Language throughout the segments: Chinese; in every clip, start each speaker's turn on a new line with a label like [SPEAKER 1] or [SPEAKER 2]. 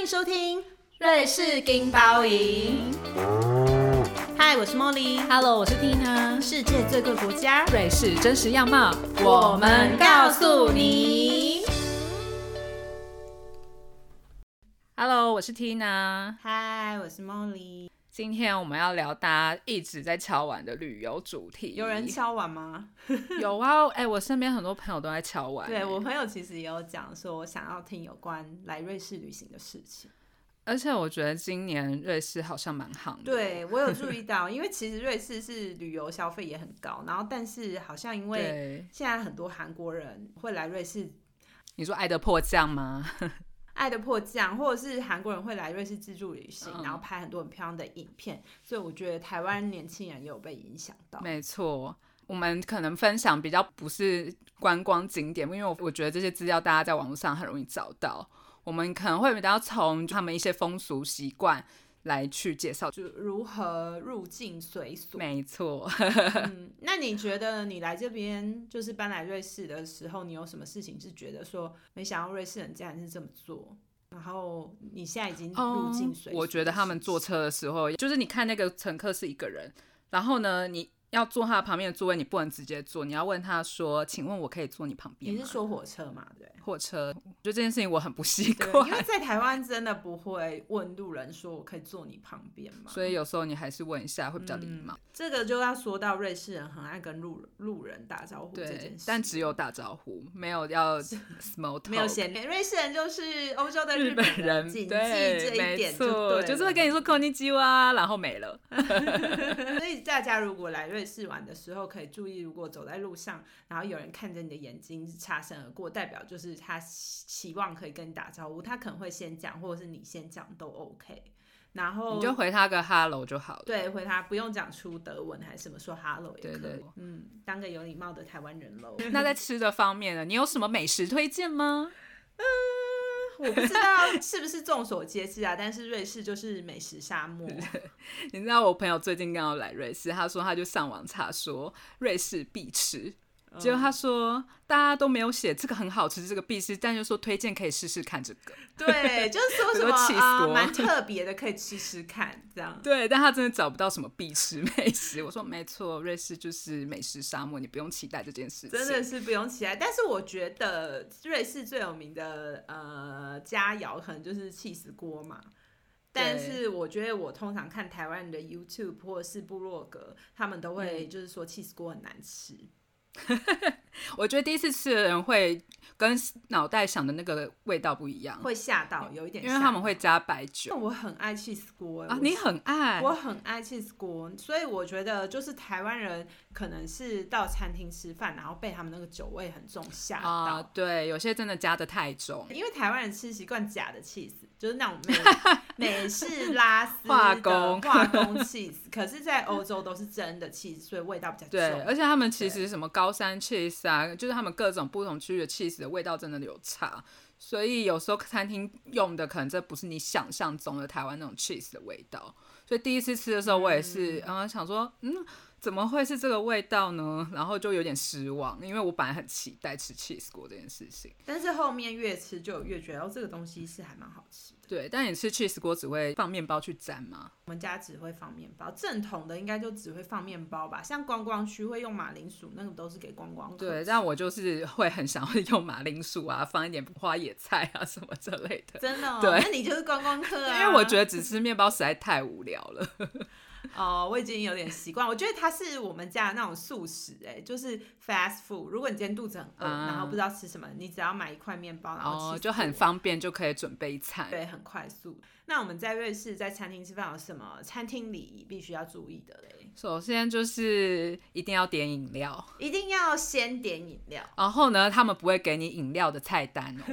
[SPEAKER 1] 迎收听《
[SPEAKER 2] 瑞士金包银
[SPEAKER 1] 嗨，我是茉莉》。
[SPEAKER 2] ，Hello，我是 Tina，
[SPEAKER 1] 世界最贵国家，
[SPEAKER 2] 瑞士真实样貌，我们告诉你。Hello，我是 Tina，
[SPEAKER 1] 嗨，我是茉莉。
[SPEAKER 2] 今天我们要聊大家一直在敲碗的旅游主题。
[SPEAKER 1] 有人敲碗吗？
[SPEAKER 2] 有啊，哎、我身边很多朋友都在敲碗、哎
[SPEAKER 1] 对我朋友其实也有讲说，想要听有关来瑞士旅行的事情。
[SPEAKER 2] 而且我觉得今年瑞士好像蛮夯的。
[SPEAKER 1] 对我有注意到， 因为其实瑞士是旅游消费也很高，然后但是好像因为
[SPEAKER 2] 对，
[SPEAKER 1] 现在很多韩国人会来瑞士
[SPEAKER 2] 你说爱的迫降吗？
[SPEAKER 1] 爱的迫降，或者是韩国人会来瑞士自助旅行，
[SPEAKER 2] 嗯
[SPEAKER 1] 然后拍很多很漂亮的影片，所以我觉得台湾年轻人也有被影响到。
[SPEAKER 2] 没错，我们可能分享比较不是观光景点，因为我我觉得这些资料大家在网络上很容易找到。我们可能会比较从他们一些风俗习惯来去介绍。
[SPEAKER 1] 就如何入境随俗。
[SPEAKER 2] 没错，
[SPEAKER 1] 嗯，那你觉得你来这边就是搬来瑞士的时候，你有什么事情是觉得说没想到瑞士人竟然是这么做？然后你现在已经入境随俗、
[SPEAKER 2] 哦我觉得他们坐，车的时候，就是你看那个乘客是一个人，然后呢，你要坐他旁边的座位，你不能直接坐，你要问他说：“请问我可以坐你旁边
[SPEAKER 1] 你
[SPEAKER 2] 吗？”
[SPEAKER 1] 是说火车嘛？对
[SPEAKER 2] 火车？我觉得这件事情我很不习
[SPEAKER 1] 不对，
[SPEAKER 2] 惯
[SPEAKER 1] 对，因，为在台湾真的不会问路人说我可以坐你旁边嘛，
[SPEAKER 2] 所以有时候你还是问一下会比较礼貌。
[SPEAKER 1] 这个就要说到瑞士人很爱跟路人路人打招呼这件事，
[SPEAKER 2] 但只有打招呼，没有要 small talk。
[SPEAKER 1] 没有显脸，瑞士人就是欧洲的
[SPEAKER 2] 日
[SPEAKER 1] 本
[SPEAKER 2] 本人
[SPEAKER 1] 谨记这
[SPEAKER 2] 对，
[SPEAKER 1] 一
[SPEAKER 2] 没
[SPEAKER 1] 点就
[SPEAKER 2] 错，
[SPEAKER 1] 对
[SPEAKER 2] 就是
[SPEAKER 1] 了
[SPEAKER 2] 会跟你说 k o n i c 然后没了。
[SPEAKER 1] 所以大家如果来瑞士玩的时候，可以注意，如果走在路上，然后有人看着你的眼睛擦身而过，代表就是他希希望可以跟你打招呼，他可能会先讲，或者是你先讲都 OK。然后
[SPEAKER 2] 你就回他个 hello 就好了。
[SPEAKER 1] 哦对回他，不用讲出德文还是什么，说 hello 也
[SPEAKER 2] 对
[SPEAKER 1] 可
[SPEAKER 2] 对
[SPEAKER 1] 以。嗯，当个有礼貌的台湾人喽。
[SPEAKER 2] 那在吃的方面呢，你有什么美食推荐吗？
[SPEAKER 1] 我不知道是不是众所皆知啊， 但是瑞士就是美食沙 漠。
[SPEAKER 2] 你知道我朋友最近刚要来瑞士，他说他就上网查说瑞士必吃，
[SPEAKER 1] 嗯
[SPEAKER 2] 结果他说大家都没有写这个很好吃，这个必吃，但就说推荐可以试试看这个。
[SPEAKER 1] 对，就是说什
[SPEAKER 2] 我都气
[SPEAKER 1] 么
[SPEAKER 2] 死
[SPEAKER 1] 啊，
[SPEAKER 2] 我
[SPEAKER 1] 蛮、特别的，可以吃吃看这 样。
[SPEAKER 2] 对，但他真的找不到什么必吃美食。我说没错，瑞士就是美食沙漠，你不用期待这件事情。
[SPEAKER 1] 真的是不用期待。但是我觉得瑞士最有名的呃佳肴可能就是气死锅嘛。但是我觉得我通常看台湾人的 YouTube 或者是部落格，他们都
[SPEAKER 2] 嗯
[SPEAKER 1] 会就是说气死锅很难吃。
[SPEAKER 2] 我觉得第一次吃的人会跟脑袋想的那个味道不一样，
[SPEAKER 1] 会吓到，有一点
[SPEAKER 2] 因
[SPEAKER 1] 吓。
[SPEAKER 2] 为他们会加白酒
[SPEAKER 1] 但我很爱气死锅欸
[SPEAKER 2] 啊
[SPEAKER 1] 我。
[SPEAKER 2] 你很爱
[SPEAKER 1] 我很爱 cheese 锅，所以我觉得就是台湾人可能是到餐厅吃饭，然后被他们那个酒味很重吓到。
[SPEAKER 2] 啊，对，有些真的加的太重，
[SPEAKER 1] 因为台湾人吃习惯假的 cheese，就是那种 美美式拉丝的
[SPEAKER 2] 化工
[SPEAKER 1] 化工 cheese，可是，在欧洲都是真的 cheese，所以味道比较
[SPEAKER 2] 对，
[SPEAKER 1] 重。
[SPEAKER 2] 而且他们其实什么高山 cheese 啊，就是他们各种不同区域的 cheese 的味道真的有差，所以有时候餐厅用的可能这不是你想象中的台湾那种 cheese 的味道，所以第一次吃的时候我也是，嗯、想说，嗯，怎么会是这个味道呢？然后就有点失望，因为我本来很期待吃 cheese 锅这件事情。
[SPEAKER 1] 但是后面越吃就越觉得哦，这个东西是还蛮好吃的。
[SPEAKER 2] 对，但你吃 cheese 锅只会放面包去沾吗？
[SPEAKER 1] 我们家只会放面包，正统的应该就只会放面包吧。像观光区会用马铃薯，那个都是给观光客。
[SPEAKER 2] 对，但我就是会很想要用马铃薯啊，放一点花野菜啊什么之类的。
[SPEAKER 1] 真的、哦，
[SPEAKER 2] 对
[SPEAKER 1] 那你就是观光客啊。
[SPEAKER 2] 因为我觉得只吃面包实在太无聊了。
[SPEAKER 1] 哦，我已经有点习惯。我觉得它是我们家的那种素食、哎，就是 fast food。如果你今天肚子很饿，
[SPEAKER 2] 啊
[SPEAKER 1] 然后不知道吃什么，你只要买一块面包，然后
[SPEAKER 2] 哦
[SPEAKER 1] 吃，
[SPEAKER 2] 就很方便，就可以准备一餐。
[SPEAKER 1] 对，很快速。那我们在瑞士在餐厅吃饭有什么餐厅礼仪必须要注意的嘞？
[SPEAKER 2] 首先就是一定要点饮料，
[SPEAKER 1] 一定要先点饮料，
[SPEAKER 2] 然后呢，他们不会给你饮料的菜 单哦。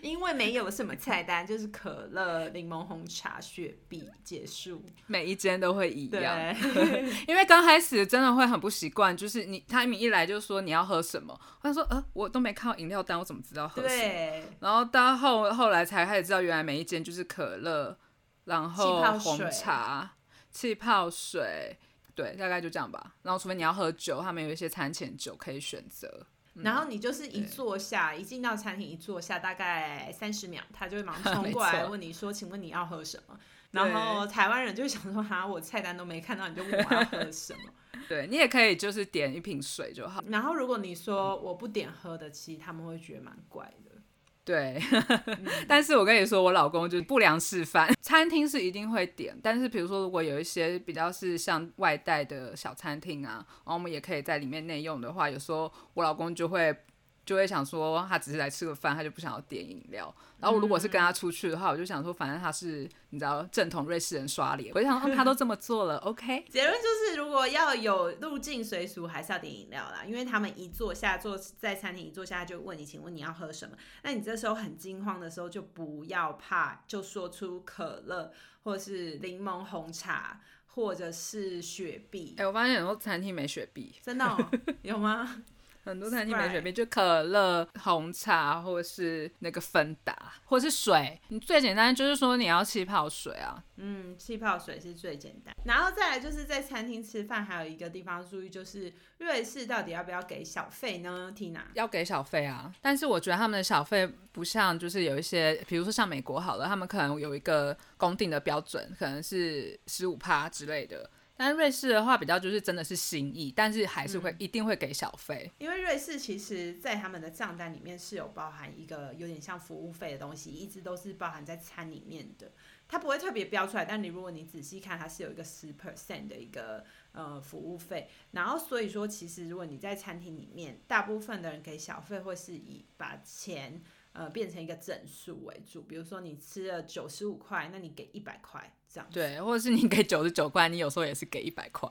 [SPEAKER 1] 因为没有什么菜 单，就是可乐、柠檬红茶、雪碧结束。
[SPEAKER 2] 每一间都会一样，
[SPEAKER 1] 对，
[SPEAKER 2] 因为刚开始真的会很不习惯，就是你他们一来就说你要喝什么，他说呃我都没看到饮料单，我怎么知道喝什么？
[SPEAKER 1] 对，
[SPEAKER 2] 然后到后后来才开始知道，原来每一间就是可乐，然后
[SPEAKER 1] 气泡水
[SPEAKER 2] 红茶、气泡水，对，大概就这样吧。然后除非你要喝酒，他们有一些餐前酒可以选择。
[SPEAKER 1] 然后你就是一坐下，一进到餐厅一坐下，大概三十秒，他就会马上冲过
[SPEAKER 2] 没
[SPEAKER 1] 来
[SPEAKER 2] 错
[SPEAKER 1] 问你说：“请问你要喝什么？”然后台湾人就会想说：“哈，我菜单都没看到，你就问我要喝什 么
[SPEAKER 2] 对你也可以就是点一瓶水就好。？”
[SPEAKER 1] 然后如果你说我不点喝的，其实他们会觉得蛮怪的。
[SPEAKER 2] 对， 但是我跟你说，我老公就是不良示范。 餐厅是一定会点，但是比如说如果有一些比较是像外带的小餐厅啊，然后我们也可以在里面内用的话，有时候我老公就会。就会想说他只是来吃个饭，他就不想要点饮料。然后如果是跟他出去的话，我就想说，反正他是你知道正统瑞士人刷脸，我就想说、哦他都这么做了，OK。
[SPEAKER 1] 结论就是，如果要有入境随俗，还是要点饮料啦，因为他们一坐下，坐在餐厅一坐下，他就问你，请问你要喝什么？那你这时候很惊慌的时候，就不要怕，就说出可乐，或是柠檬红茶，或者是雪碧
[SPEAKER 2] 哎、。我发现很多餐厅没雪碧，
[SPEAKER 1] 真的、哦、有吗？
[SPEAKER 2] 很多餐厅没雪碧，就可乐、红茶，或者是那个芬达，或者是水。你最简单就是说你要气泡水啊，
[SPEAKER 1] 嗯，气泡水是最简单。然后再来就是在餐厅吃饭，还有一个地方注意，就是瑞士到底要不要给小费呢？Tina，
[SPEAKER 2] 要给小费啊。但是我觉得他们的小费不像，就是有一些，比如说像美国好了，他们可能有一个公定的标准，可能是十五趴之类的。但是瑞士的话比较就是真的是心意，但是还是会、一定会给小费。
[SPEAKER 1] 因为瑞士其实，在他们的账单里面是有包含一个有点像服务费的东西，一直都是包含在餐里面的。它不会特别标出来，但你如果你仔细看，它是有一个十 percent 的一个呃服务费。然后所以说，其实如果你在餐厅里面，大部分的人给小费会是以把钱呃变成一个整数为主，比如说你吃了九十五块，那你给一百块这样子。
[SPEAKER 2] 对，或者是你给九十九块，你有时候也是给一百块。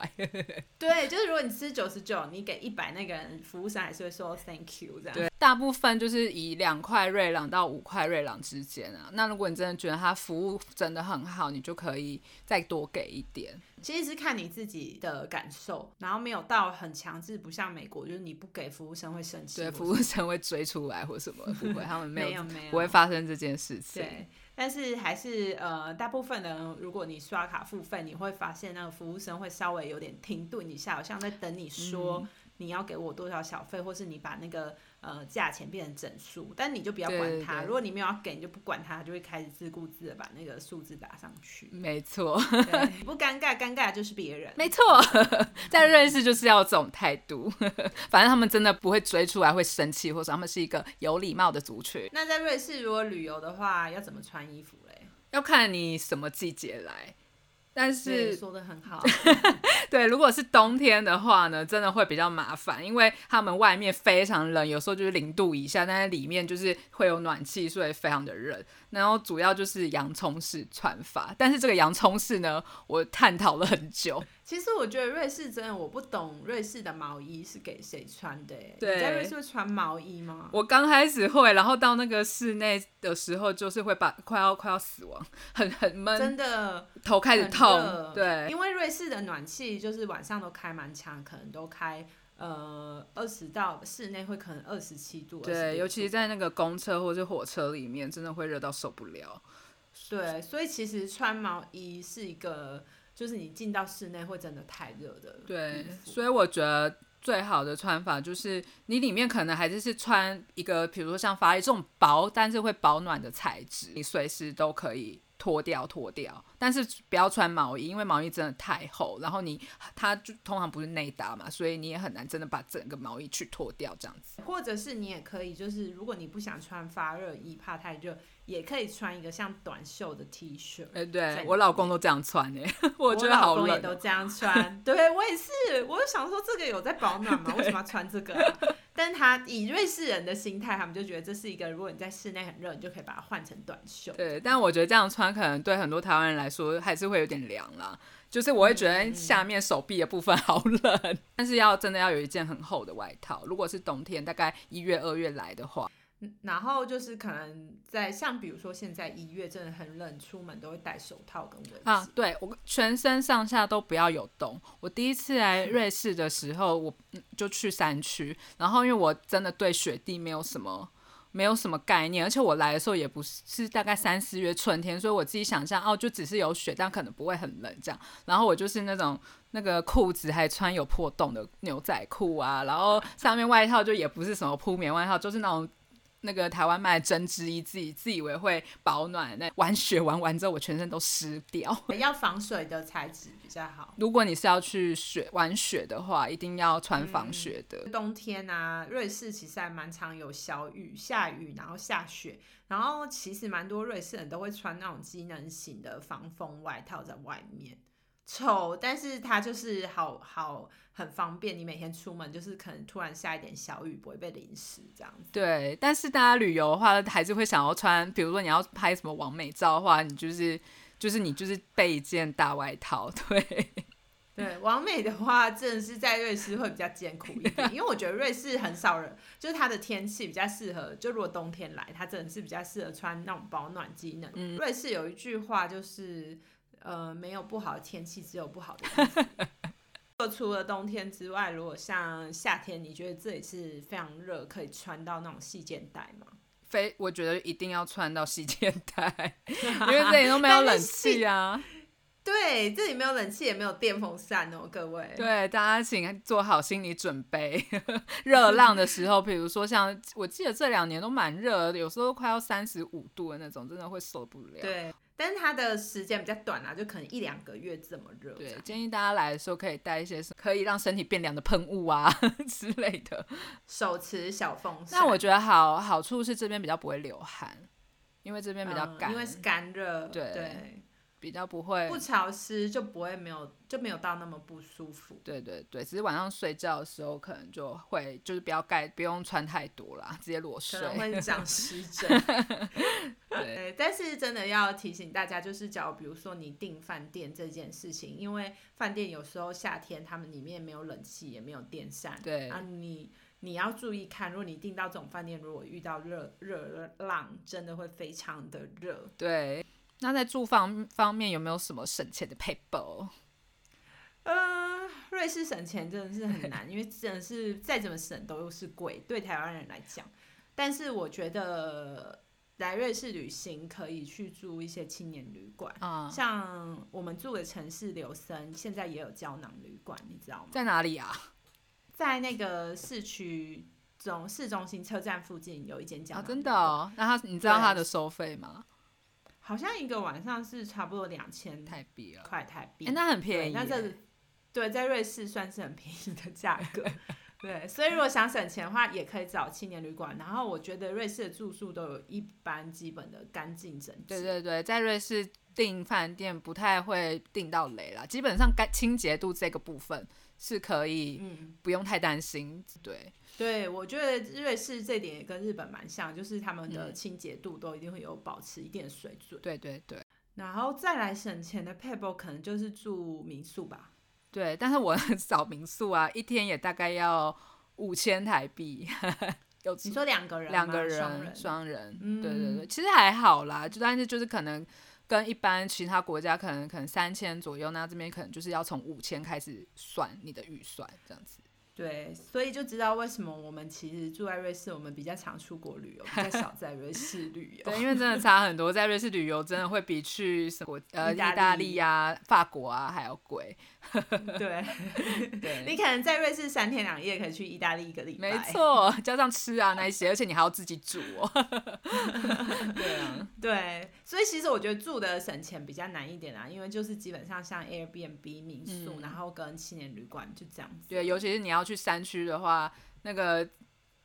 [SPEAKER 1] 对，就是如果你吃九十九，你给一百，那个人服务生还是会说 thank you 这样。
[SPEAKER 2] 对，大部分就是以两块瑞朗到五块瑞朗之间啊。那如果你真的觉得它服务真的很好，你就可以再多给一点。
[SPEAKER 1] 其实是看你自己的感受，然后没有到很强制，不像美国，就是你不给服务生会生气或
[SPEAKER 2] 对，
[SPEAKER 1] 者。
[SPEAKER 2] 服务生会追出来或什么，不会，他 们
[SPEAKER 1] 没
[SPEAKER 2] 没
[SPEAKER 1] 有
[SPEAKER 2] 有
[SPEAKER 1] 没有
[SPEAKER 2] 不会发生这件事情。
[SPEAKER 1] 对，但是还是呃，大部分的人，如果你刷卡付费，你会发现那个服务生会稍微有点停顿一下，好像在等你说。
[SPEAKER 2] 嗯
[SPEAKER 1] 你要给我多少小费，或是你把那个呃价钱变成整数，但你就不要管
[SPEAKER 2] 对
[SPEAKER 1] 他。
[SPEAKER 2] 对对
[SPEAKER 1] 如果你没有要给，你就不管他，他就会开始自顾自的把那个数字打上去。
[SPEAKER 2] 没错，
[SPEAKER 1] 对，不尴尬，尴尬的就是别人。
[SPEAKER 2] 没错， 在瑞士就是要有这种态度。 反正他们真的不会追出来，会生气，或者他们是一个有礼貌的族群。
[SPEAKER 1] 那在瑞士如果旅游的话，要怎么穿衣服嘞？
[SPEAKER 2] 要看你什么季节来，但
[SPEAKER 1] 对
[SPEAKER 2] 是
[SPEAKER 1] 说的很 好，
[SPEAKER 2] 对，如果是冬天的话呢，真的会比较麻烦，因为他们外面非常冷，有时候就是零度以下，但是里面就是会有暖气，所以非常的热。然后主要就是洋葱式穿法，但是这个洋葱式呢，我探讨了很久。
[SPEAKER 1] 其实我觉得瑞士真的，我不懂瑞士的毛衣是给谁穿的耶。
[SPEAKER 2] 对
[SPEAKER 1] 你在瑞士会穿毛衣吗？
[SPEAKER 2] 我刚开始会，然后到那个室内的时候，就是会把快要快要死亡，很很闷，
[SPEAKER 1] 真的
[SPEAKER 2] 头开始
[SPEAKER 1] 很
[SPEAKER 2] 痛
[SPEAKER 1] 热，
[SPEAKER 2] 对，
[SPEAKER 1] 因为瑞士的暖气就是晚上都开蛮强，可能都开呃二十到室内会可能二十七度，26
[SPEAKER 2] 对，
[SPEAKER 1] 度
[SPEAKER 2] 尤其是在那个公车或是火车里面，真的会热到受不了。
[SPEAKER 1] 对，所以其实穿毛衣是一个，就是你进到室内会真的太热的衣服。
[SPEAKER 2] 对，所以我觉得最好的穿法就是你里面可能还是是穿一个，比如说像发力这种薄但是会保暖的材质，你随时都可以脱掉脱掉，但是不要穿毛衣，因为毛衣真的太厚，然后你它就通常不是内搭嘛，所以你也很难真的把整个毛衣去脱掉这样子。
[SPEAKER 1] 或者是你也可以，就是如果你不想穿发热衣，怕太热，也可以穿一个像短袖的 T 恤。
[SPEAKER 2] 哎、
[SPEAKER 1] 在
[SPEAKER 2] 对
[SPEAKER 1] 里
[SPEAKER 2] 我老公都这样穿哎、 我觉得
[SPEAKER 1] 老
[SPEAKER 2] 好
[SPEAKER 1] 公也
[SPEAKER 2] 冷
[SPEAKER 1] 都
[SPEAKER 2] 哦。
[SPEAKER 1] 这样穿， 对我也是，我就想说这个有在保暖吗？为什么要穿这个啊、但他以瑞士人的心态，他们就觉得这是一个，如果你在室内很热，你就可以把它换成短袖。
[SPEAKER 2] 对，但我觉得这样穿可能对很多台湾人来说还是会有点凉啦。就是我会觉得下面手臂的部分 好冷，但是要真的要有一件很厚的外套。如果是冬天，大概一月、二月来的话，
[SPEAKER 1] 嗯然后就是可能在像比如说现在一月真的很冷，出门都会戴手套跟围巾。
[SPEAKER 2] 啊，对我全身上下都不要有洞。我第一次来瑞士的时候，我嗯就去山区，然后因为我真的对雪地没有什么没有什么概念，而且我来的时候也不是是大概三四月春天，所以我自己想象哦，就只是有雪，但可能不会很冷这样。然后我就是那种那个裤子还穿有破洞的牛仔裤啊，然后上面外套就也不是什么铺棉外套，就是那种。那个台湾卖的针织衣，自己自以为会保暖，那玩雪玩完之后，我全身都湿掉。
[SPEAKER 1] 哎要防水的材质比较好。
[SPEAKER 2] 如果你是要去雪玩雪的话，一定要穿防雪的。
[SPEAKER 1] 冬天啊，瑞士其实还蛮常有小雨、下雨，然后下雪，然后其实蛮多瑞士人都会穿那种机能型的防风外套在外面，丑，但是它就是好好很方便，你每天出门就是可能突然下一点小雨，不会被淋湿这样子。
[SPEAKER 2] 对，但是大家旅游的话，还是会想要穿，比如说你要拍什么完美照的话，你就是就是你就是备一件大外套，对。
[SPEAKER 1] 对，完美的话真的是在瑞士会比较艰苦一 点，因为我觉得瑞士很少人，就是它的天气比较适合，就如果冬天来，它真的是比较适合穿那种保暖机能。
[SPEAKER 2] 嗯
[SPEAKER 1] 瑞士有一句话就是，呃，没有不好的天气，只有不好的衣 服。如果除了冬天之外，如果像夏天，你觉得这里是非常热，可以穿到那种细肩带吗？
[SPEAKER 2] 非我觉得一定要穿到细肩带，因为这里都没有冷气啊。
[SPEAKER 1] 对，这里没有冷气，也没有电风扇哦，各位。
[SPEAKER 2] 对，啊大家请做好心理准备。 热浪的时候，比如说像我记得这两年都蛮热，有时候快要三十五度的那种，真的会受不了。
[SPEAKER 1] 对，但是它的时间比较短啊，就可能一两个月这么热。
[SPEAKER 2] 对，建议大家来的时候可以带一些可以让身体变凉的喷雾啊 之类的。
[SPEAKER 1] 手持小风扇。
[SPEAKER 2] 但我觉得好好处是这边比较不会流汗，因为这边比较
[SPEAKER 1] 嗯
[SPEAKER 2] 干，
[SPEAKER 1] 因为是干热，
[SPEAKER 2] 对
[SPEAKER 1] 对，
[SPEAKER 2] 比较不会
[SPEAKER 1] 不潮湿就不会没有就没有到那么不舒服。
[SPEAKER 2] 对对对，只是晚上睡觉的时候可能就会就是不要盖，不用穿太多啦，直接裸
[SPEAKER 1] 可
[SPEAKER 2] 睡。
[SPEAKER 1] 能会长湿疹，
[SPEAKER 2] 对
[SPEAKER 1] 对，但是真的要提醒大家，就是假如比如说你订饭店这件事情，因为饭店有时候夏天他们里面没有冷气，也没有电扇，
[SPEAKER 2] 对
[SPEAKER 1] 啊你你要注意看，如果你订到这种饭店，如果遇到热热浪，真的会非常的热。
[SPEAKER 2] 对。那在住房方面有没有什么省钱的 paper？
[SPEAKER 1] 呃，瑞士省钱真的是很难，因为真的是再怎么省都是贵，对台湾人来讲。但是我觉得来瑞士旅行可以去住一些青年旅馆，
[SPEAKER 2] 啊、
[SPEAKER 1] 像我们住的城市琉森，现在也有胶囊旅馆，你知道吗？
[SPEAKER 2] 在哪里啊？
[SPEAKER 1] 在那个市区中市中心车站附近有一间胶
[SPEAKER 2] 啊，
[SPEAKER 1] 囊、
[SPEAKER 2] 真的、哦？那他你知道他的收费吗？
[SPEAKER 1] 好像一个晚上是差不多两千
[SPEAKER 2] 太逼了，
[SPEAKER 1] 块台嗯币
[SPEAKER 2] 哎、。那很
[SPEAKER 1] 对，
[SPEAKER 2] 便宜耶。
[SPEAKER 1] 那这个对在瑞士算是很便宜的价格。对，所以如果想省钱的话，也可以找青年旅馆。然后我觉得瑞士的住宿都有一般基本的干净整洁。
[SPEAKER 2] 对对对，在瑞士订饭店不太会订到雷啦，基本上干清洁度这个部分是可以
[SPEAKER 1] 嗯，
[SPEAKER 2] 不用太担心。对，
[SPEAKER 1] 对，我觉得瑞士这点也跟日本蛮像，就是他们
[SPEAKER 2] 嗯
[SPEAKER 1] 的清洁度都一定会有保持一定的水准。
[SPEAKER 2] 对对对。
[SPEAKER 1] 然后再来省钱的 p a b l 可能就是住民宿吧。
[SPEAKER 2] 对，但是我找民宿啊，一天也大概要五千台币， 有
[SPEAKER 1] 你说两个人吗，
[SPEAKER 2] 两个
[SPEAKER 1] 双
[SPEAKER 2] 人
[SPEAKER 1] 人，
[SPEAKER 2] 双人，
[SPEAKER 1] 嗯
[SPEAKER 2] 对对对，其实还好啦，就但是就是可能跟一般其他国家可能可能三千左右，那这边可能就是要从五千开始算你的预算这样子。
[SPEAKER 1] 对，所以就知道为什么我们其实住在瑞士，我们比较常出国旅游，比较少在瑞士旅游。
[SPEAKER 2] 对，因为真的差很多，在瑞士旅游真的会比去什么呃
[SPEAKER 1] 意
[SPEAKER 2] 意
[SPEAKER 1] 大
[SPEAKER 2] 大
[SPEAKER 1] 利
[SPEAKER 2] 利呀、法国啊还要贵。
[SPEAKER 1] 对，你
[SPEAKER 2] 对，
[SPEAKER 1] 可能在瑞士三天两夜，可以去意大利一个礼拜。
[SPEAKER 2] 没，错，加上吃啊那一些，而且你还要自己煮哦。对啊。
[SPEAKER 1] 对，所以其实我觉得住的省钱比较难一点啊，因为就是基本上像 Airbnb 民宿，然后跟青年旅馆就这样子。
[SPEAKER 2] 嗯对，尤其是你要去山区的话，那个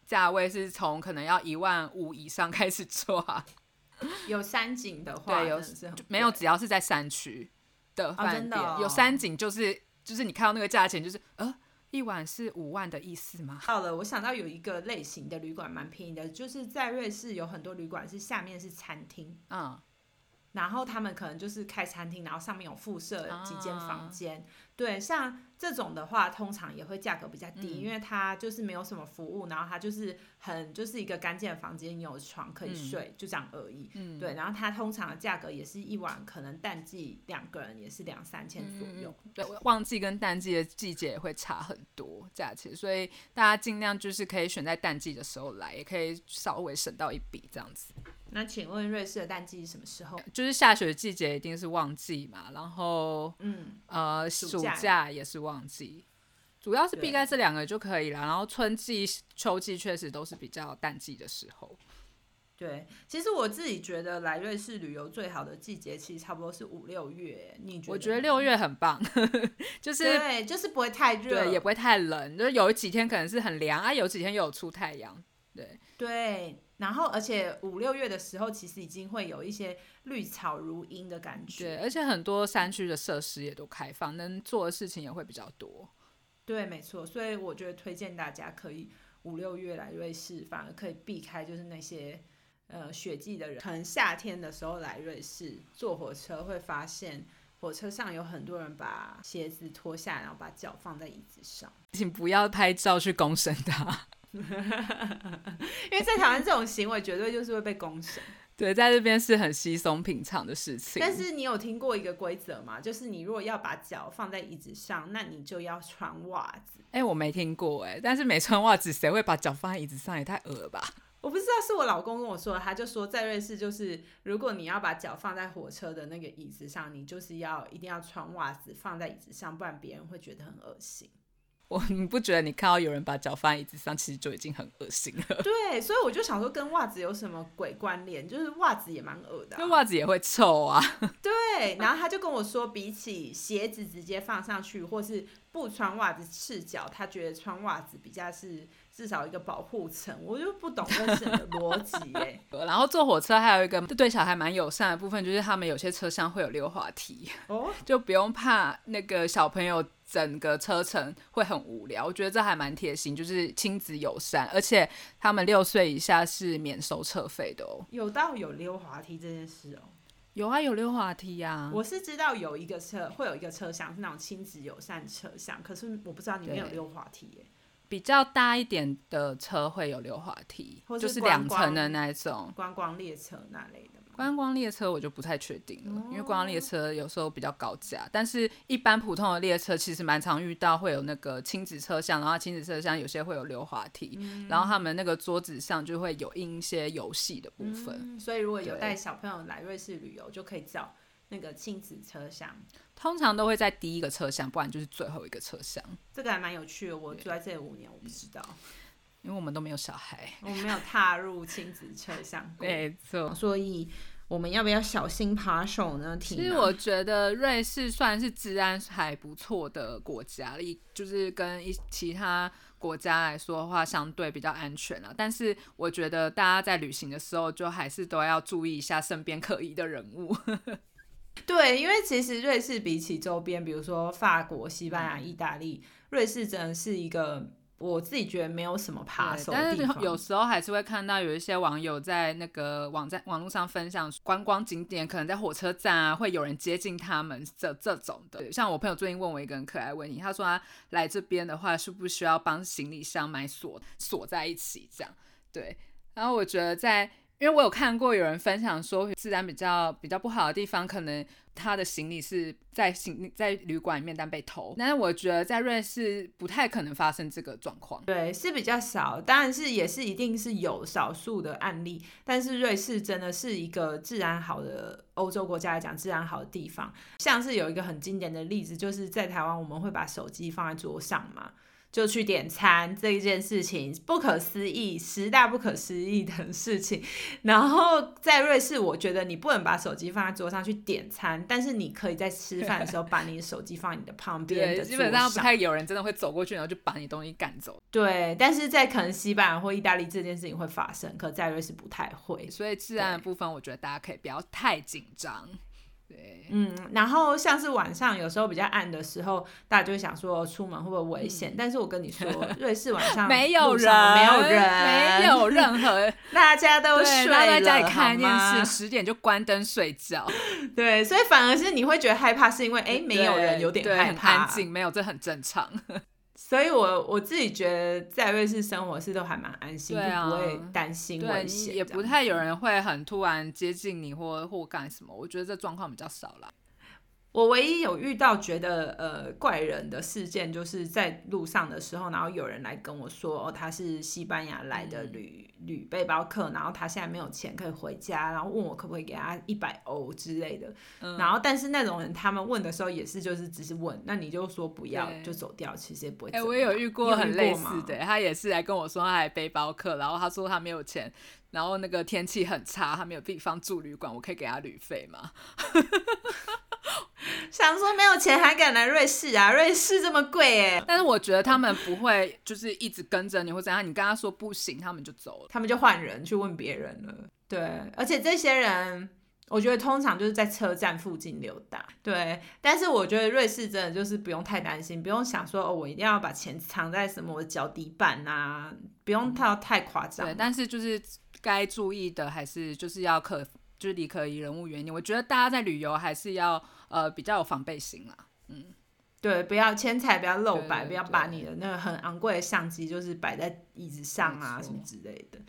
[SPEAKER 2] 价位是从可能要一万五以上开始抓，
[SPEAKER 1] 有山景的话，
[SPEAKER 2] 对有
[SPEAKER 1] 真的是很
[SPEAKER 2] 就没有
[SPEAKER 1] 贵
[SPEAKER 2] 只要是在山区的
[SPEAKER 1] 真
[SPEAKER 2] 饭
[SPEAKER 1] 的
[SPEAKER 2] 店，
[SPEAKER 1] 哦
[SPEAKER 2] 有山景就是就是你看到那个价钱就是呃一晚是五万的意思吗？
[SPEAKER 1] 到了，我想到有一个类型的旅馆蛮便宜的，就是在瑞士有很多旅馆是下面是餐厅，
[SPEAKER 2] 嗯，
[SPEAKER 1] 然后他们可能就是开餐厅，然后上面有附设几间
[SPEAKER 2] 啊
[SPEAKER 1] 房间。对，像这种的话，通常也会价格比较
[SPEAKER 2] 嗯
[SPEAKER 1] 低，因为它就是没有什么服务，然后它就是很就是一个干净的房间，你有床可以睡，就这样而已。
[SPEAKER 2] 嗯，
[SPEAKER 1] 对，然后它通常的价格也是一晚，可能淡季两个人也是两三千左右。
[SPEAKER 2] 嗯对，旺季跟淡季的季节也会差很多价钱，所以大家尽量就是可以选在淡季的时候来，也可以稍微省到一笔这样子。
[SPEAKER 1] 那请问瑞士的淡季是什么时候？
[SPEAKER 2] 就是下雪季节一定是旺季嘛，然后
[SPEAKER 1] 嗯，
[SPEAKER 2] 呃
[SPEAKER 1] 暑
[SPEAKER 2] 暑
[SPEAKER 1] 假
[SPEAKER 2] 假也是旺季，主要是避
[SPEAKER 1] 对
[SPEAKER 2] 开这两个就可以了。然后春季、秋季确实都是比较淡季的时候。
[SPEAKER 1] 对，其实我自己觉得来瑞士旅游最好的季节其实差不多是五六月，你觉得呢？
[SPEAKER 2] 我觉得六月很棒， 就是
[SPEAKER 1] 对，就是不会太热，
[SPEAKER 2] 对也不会太冷，就是有几天可能是很凉啊，有几天又有出太阳。对，
[SPEAKER 1] 对。然后，而且五六月的时候，其实已经会有一些绿草如茵的感
[SPEAKER 2] 对，
[SPEAKER 1] 觉。
[SPEAKER 2] 而且很多山区的设施也都开放，能做的事情也会比较多。
[SPEAKER 1] 对，没错。所以我觉得推荐大家可以五六月来瑞士，反而可以避开就是那些呃雪季的人。可能夏天的时候来瑞士，坐火车会发现火车上有很多人把鞋子脱下，然后把脚放在椅子上。
[SPEAKER 2] 请不要拍照去公审它。
[SPEAKER 1] 因为在台湾这种行为绝对就是会被公审。
[SPEAKER 2] 对，在这边是很稀松平常的事情。
[SPEAKER 1] 但是你有听过一个规则吗？就是你如果要把脚放在椅子上，那你就要穿袜子。
[SPEAKER 2] 哎、我没听过哎、但是没穿袜子，谁会把脚放在椅子上？也太恶了吧！
[SPEAKER 1] 我不知道是我老公跟我说的，他就说在瑞士就是，如果你要把脚放在火车的那个椅子上，你就是要一定要穿袜子放在椅子上，不然别人会觉得很恶心。
[SPEAKER 2] 我你不觉得你看到有人把脚放在椅子上，其实就已经很恶心了？
[SPEAKER 1] 对，啊所以我就想说跟袜子有什么鬼关联？就是袜子也蛮恶的啊、
[SPEAKER 2] 那 袜子也会臭啊！
[SPEAKER 1] 对，然后他就跟我说，比起鞋子直接放上去，或是不穿袜子赤脚，他觉得穿袜子比较是至少一个保护层。我就不懂这是的逻辑哎。
[SPEAKER 2] 然后坐火车还有一个对小孩蛮友善的部分，就是他们有些车厢会有溜滑梯，
[SPEAKER 1] 哦，
[SPEAKER 2] 就不用怕那个小朋友整个车程会很无聊。我觉得这还蛮贴心，就是亲子友善，而且他们六岁以下是免收车费的哦。
[SPEAKER 1] 有到有溜滑梯这件事哦，
[SPEAKER 2] 有啊，有溜滑梯呀、啊。
[SPEAKER 1] 我是知道有一个车会有一个车厢是那种亲子友善车厢，可是我不知道里面有
[SPEAKER 2] 对
[SPEAKER 1] 溜滑梯耶。
[SPEAKER 2] 比较大一点的车会有溜滑梯，
[SPEAKER 1] 或是
[SPEAKER 2] 就是
[SPEAKER 1] 观
[SPEAKER 2] 两
[SPEAKER 1] 光
[SPEAKER 2] 层的那一种。
[SPEAKER 1] 观光列车那类的嘛。
[SPEAKER 2] 观光列车我就不太确定了，因为观光列车有时候比较高价，但是一般普通的列车其实蛮常遇到会有那个亲子车厢，然后亲子车厢有些会有溜滑梯，然后他们那个桌子上就会有印一些游戏的部分。
[SPEAKER 1] 嗯，所以如果有
[SPEAKER 2] 对
[SPEAKER 1] 带小朋友来瑞士旅游，就可以找那个亲子车厢。
[SPEAKER 2] 通常都会在第一个车厢，不然就是最后一个车厢，
[SPEAKER 1] 这个还蛮有趣的，我住在这里五年，我不知 道，
[SPEAKER 2] 因为我们都没有小孩。
[SPEAKER 1] 我没有踏入亲子车厢过，
[SPEAKER 2] 没错，
[SPEAKER 1] 所以我们要不要小心扒手呢？
[SPEAKER 2] 其实我觉得瑞士算是治安还不错的国家，一就是跟一其他国家来说的话，相对比较安全了、但是我觉得大家在旅行的时候，就还是都要注意一下身边可疑的人物。
[SPEAKER 1] 对，因为其实瑞士比起周边，比如说法国、西班
[SPEAKER 2] 嗯
[SPEAKER 1] 牙、意大利，瑞士真的是一个我自己觉得没有什么扒
[SPEAKER 2] 对
[SPEAKER 1] 手的
[SPEAKER 2] 但
[SPEAKER 1] 地
[SPEAKER 2] 是
[SPEAKER 1] 方。
[SPEAKER 2] 有时候还是会看到有一些网友在那个网站网络上分享观光景点，可能在火车站啊，会有人接近他们这这种的。对像我朋友最近问我一个很可爱的问题，他说他来这边的话，是不需要帮行李箱买锁锁在一起这样。对，然后我觉得在。因为我有看过有人分享说，治安比较比较不好的地方，可能他的行李是在行李在旅馆里面但被偷。但是我觉得在瑞士不太可能发生这个状况。
[SPEAKER 1] 对，是比较少，当然是也是一定是有少数的案例，但是瑞士真的是一个治安好的欧洲国家来讲，治安好的地方。像是有一个很经典的例子，就是在台湾我们会把手机放在桌上嘛，就去点餐这一件事情，不可思议，十大不可思议的事情。然后在瑞士，我觉得你不能把手机放在桌上去点餐，但是你可以在吃饭的时候把你的手机放在你的旁边
[SPEAKER 2] 对，
[SPEAKER 1] 的
[SPEAKER 2] 基
[SPEAKER 1] 桌
[SPEAKER 2] 本上不
[SPEAKER 1] 上。
[SPEAKER 2] 太有人真的会走过去，然后就把你东西赶走。
[SPEAKER 1] 对，但是在可能西班牙或意大利这件事情会发生，可在瑞士不太会。
[SPEAKER 2] 所以治安的部分，我觉得大家可以不要太紧张。对，
[SPEAKER 1] 嗯，然后像是晚上有时候比较暗的时候，大家就会想说出门会不会危险？但是我跟你说，瑞士晚啊上
[SPEAKER 2] 嗯 没
[SPEAKER 1] 有
[SPEAKER 2] 有人，
[SPEAKER 1] 没人，
[SPEAKER 2] 没有任何，
[SPEAKER 1] 大家都
[SPEAKER 2] 对，
[SPEAKER 1] 睡
[SPEAKER 2] 然后
[SPEAKER 1] 了，
[SPEAKER 2] 在家里看
[SPEAKER 1] 好吗
[SPEAKER 2] 电视，十点就关灯睡觉，
[SPEAKER 1] 对，所以反而是你会觉得害怕，是因为哎没有人，
[SPEAKER 2] 对
[SPEAKER 1] 有点
[SPEAKER 2] 对
[SPEAKER 1] 害
[SPEAKER 2] 很
[SPEAKER 1] 怕。
[SPEAKER 2] 安静，没有，这很正常。
[SPEAKER 1] 所以我我自己觉得在瑞士生活是都还蛮安心，
[SPEAKER 2] 对
[SPEAKER 1] 就
[SPEAKER 2] 啊
[SPEAKER 1] 不会担心
[SPEAKER 2] 对，
[SPEAKER 1] 危
[SPEAKER 2] 你
[SPEAKER 1] 险，
[SPEAKER 2] 也不。太有人会很突然接近你或或干什么，我觉得这状况比较少啦。
[SPEAKER 1] 我唯一有遇到觉得呃怪人的事件，就是在路上的时候，然后有人来跟我说，哦，他是西班牙来的
[SPEAKER 2] 嗯
[SPEAKER 1] 旅、旅背包客，然后他现在没有钱可以回家，然后问我可不可以给他一百欧之类的。
[SPEAKER 2] 嗯
[SPEAKER 1] 然后但是那种人他们问的时候也是就是只是问，那你就说不要
[SPEAKER 2] 对
[SPEAKER 1] 就走掉，其实也不会怎
[SPEAKER 2] 哎、
[SPEAKER 1] 么样。
[SPEAKER 2] 我也有遇
[SPEAKER 1] 你
[SPEAKER 2] 过
[SPEAKER 1] 有
[SPEAKER 2] 很
[SPEAKER 1] 遇
[SPEAKER 2] 类
[SPEAKER 1] 过吗
[SPEAKER 2] 似的，他也是来跟我说他来背包客，然后他说他没有钱，然后那个天气很差，他没有地方住旅馆，我可以给他旅费吗？
[SPEAKER 1] 想说没有钱还敢来瑞士啊？瑞士这么贵哎、
[SPEAKER 2] 但是我觉得他们不会就是一直跟着你或怎样，你跟他说不行，他们就走了。
[SPEAKER 1] 他们就换人去问别人了。对，而且这些人，我觉得通常就是在车站附近溜达。对，但是我觉得瑞士真的就是不用太担心，不用想说哦，我一定要把钱藏在什么我的脚底板啊，不用到太夸张
[SPEAKER 2] 对，。但是就是该注意的还是就是要可就是理可以人物原因，我觉得大家在旅游还是要呃比较有防备心啦。
[SPEAKER 1] 对，不要钱财不要露白，
[SPEAKER 2] 对对
[SPEAKER 1] 不要把
[SPEAKER 2] 对
[SPEAKER 1] 你的那个很昂贵的相机就是摆在椅子上啊
[SPEAKER 2] 没错
[SPEAKER 1] 什么之类的。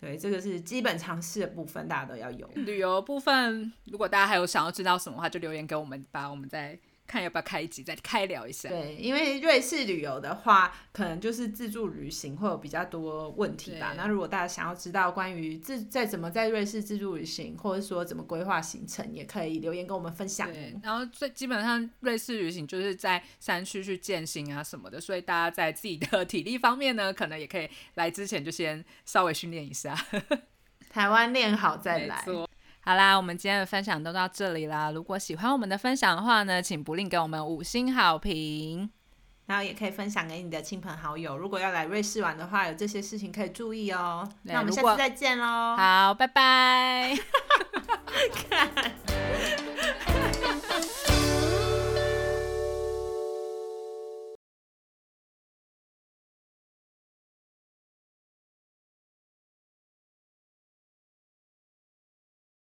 [SPEAKER 1] 对，这个是基本常识的部分，大家都要有。
[SPEAKER 2] 旅游部分，如果大家还有想要知道什么的话，就留言给我们吧，我们再看要不要开一集，再开聊一下。
[SPEAKER 1] 对，因为瑞士旅游的话，可能就是自助旅行会有比较多问题吧。
[SPEAKER 2] 对
[SPEAKER 1] 那如果大家想要知道关于自在怎么在瑞士自助旅行，或者说怎么规划行程，也可以留言跟我们分享。
[SPEAKER 2] 对，然后最基本上瑞士旅行就是在山区去践行啊什么的，所以大家在自己的 体力方面呢，可能也可以来之前就先稍微训练一下。
[SPEAKER 1] 台湾练好再来
[SPEAKER 2] 没，错。好啦，我们今天的分享都到这里啦。如果喜欢我们的分享的话呢，请不吝给我们五星好评。
[SPEAKER 1] 然后也可以分享给你的亲朋好友。如果要来瑞士玩的话，有这些事情可以注意哦。
[SPEAKER 2] 对
[SPEAKER 1] 那我们
[SPEAKER 2] 如
[SPEAKER 1] 下
[SPEAKER 2] 果
[SPEAKER 1] 次再见喽，
[SPEAKER 2] 好，拜拜。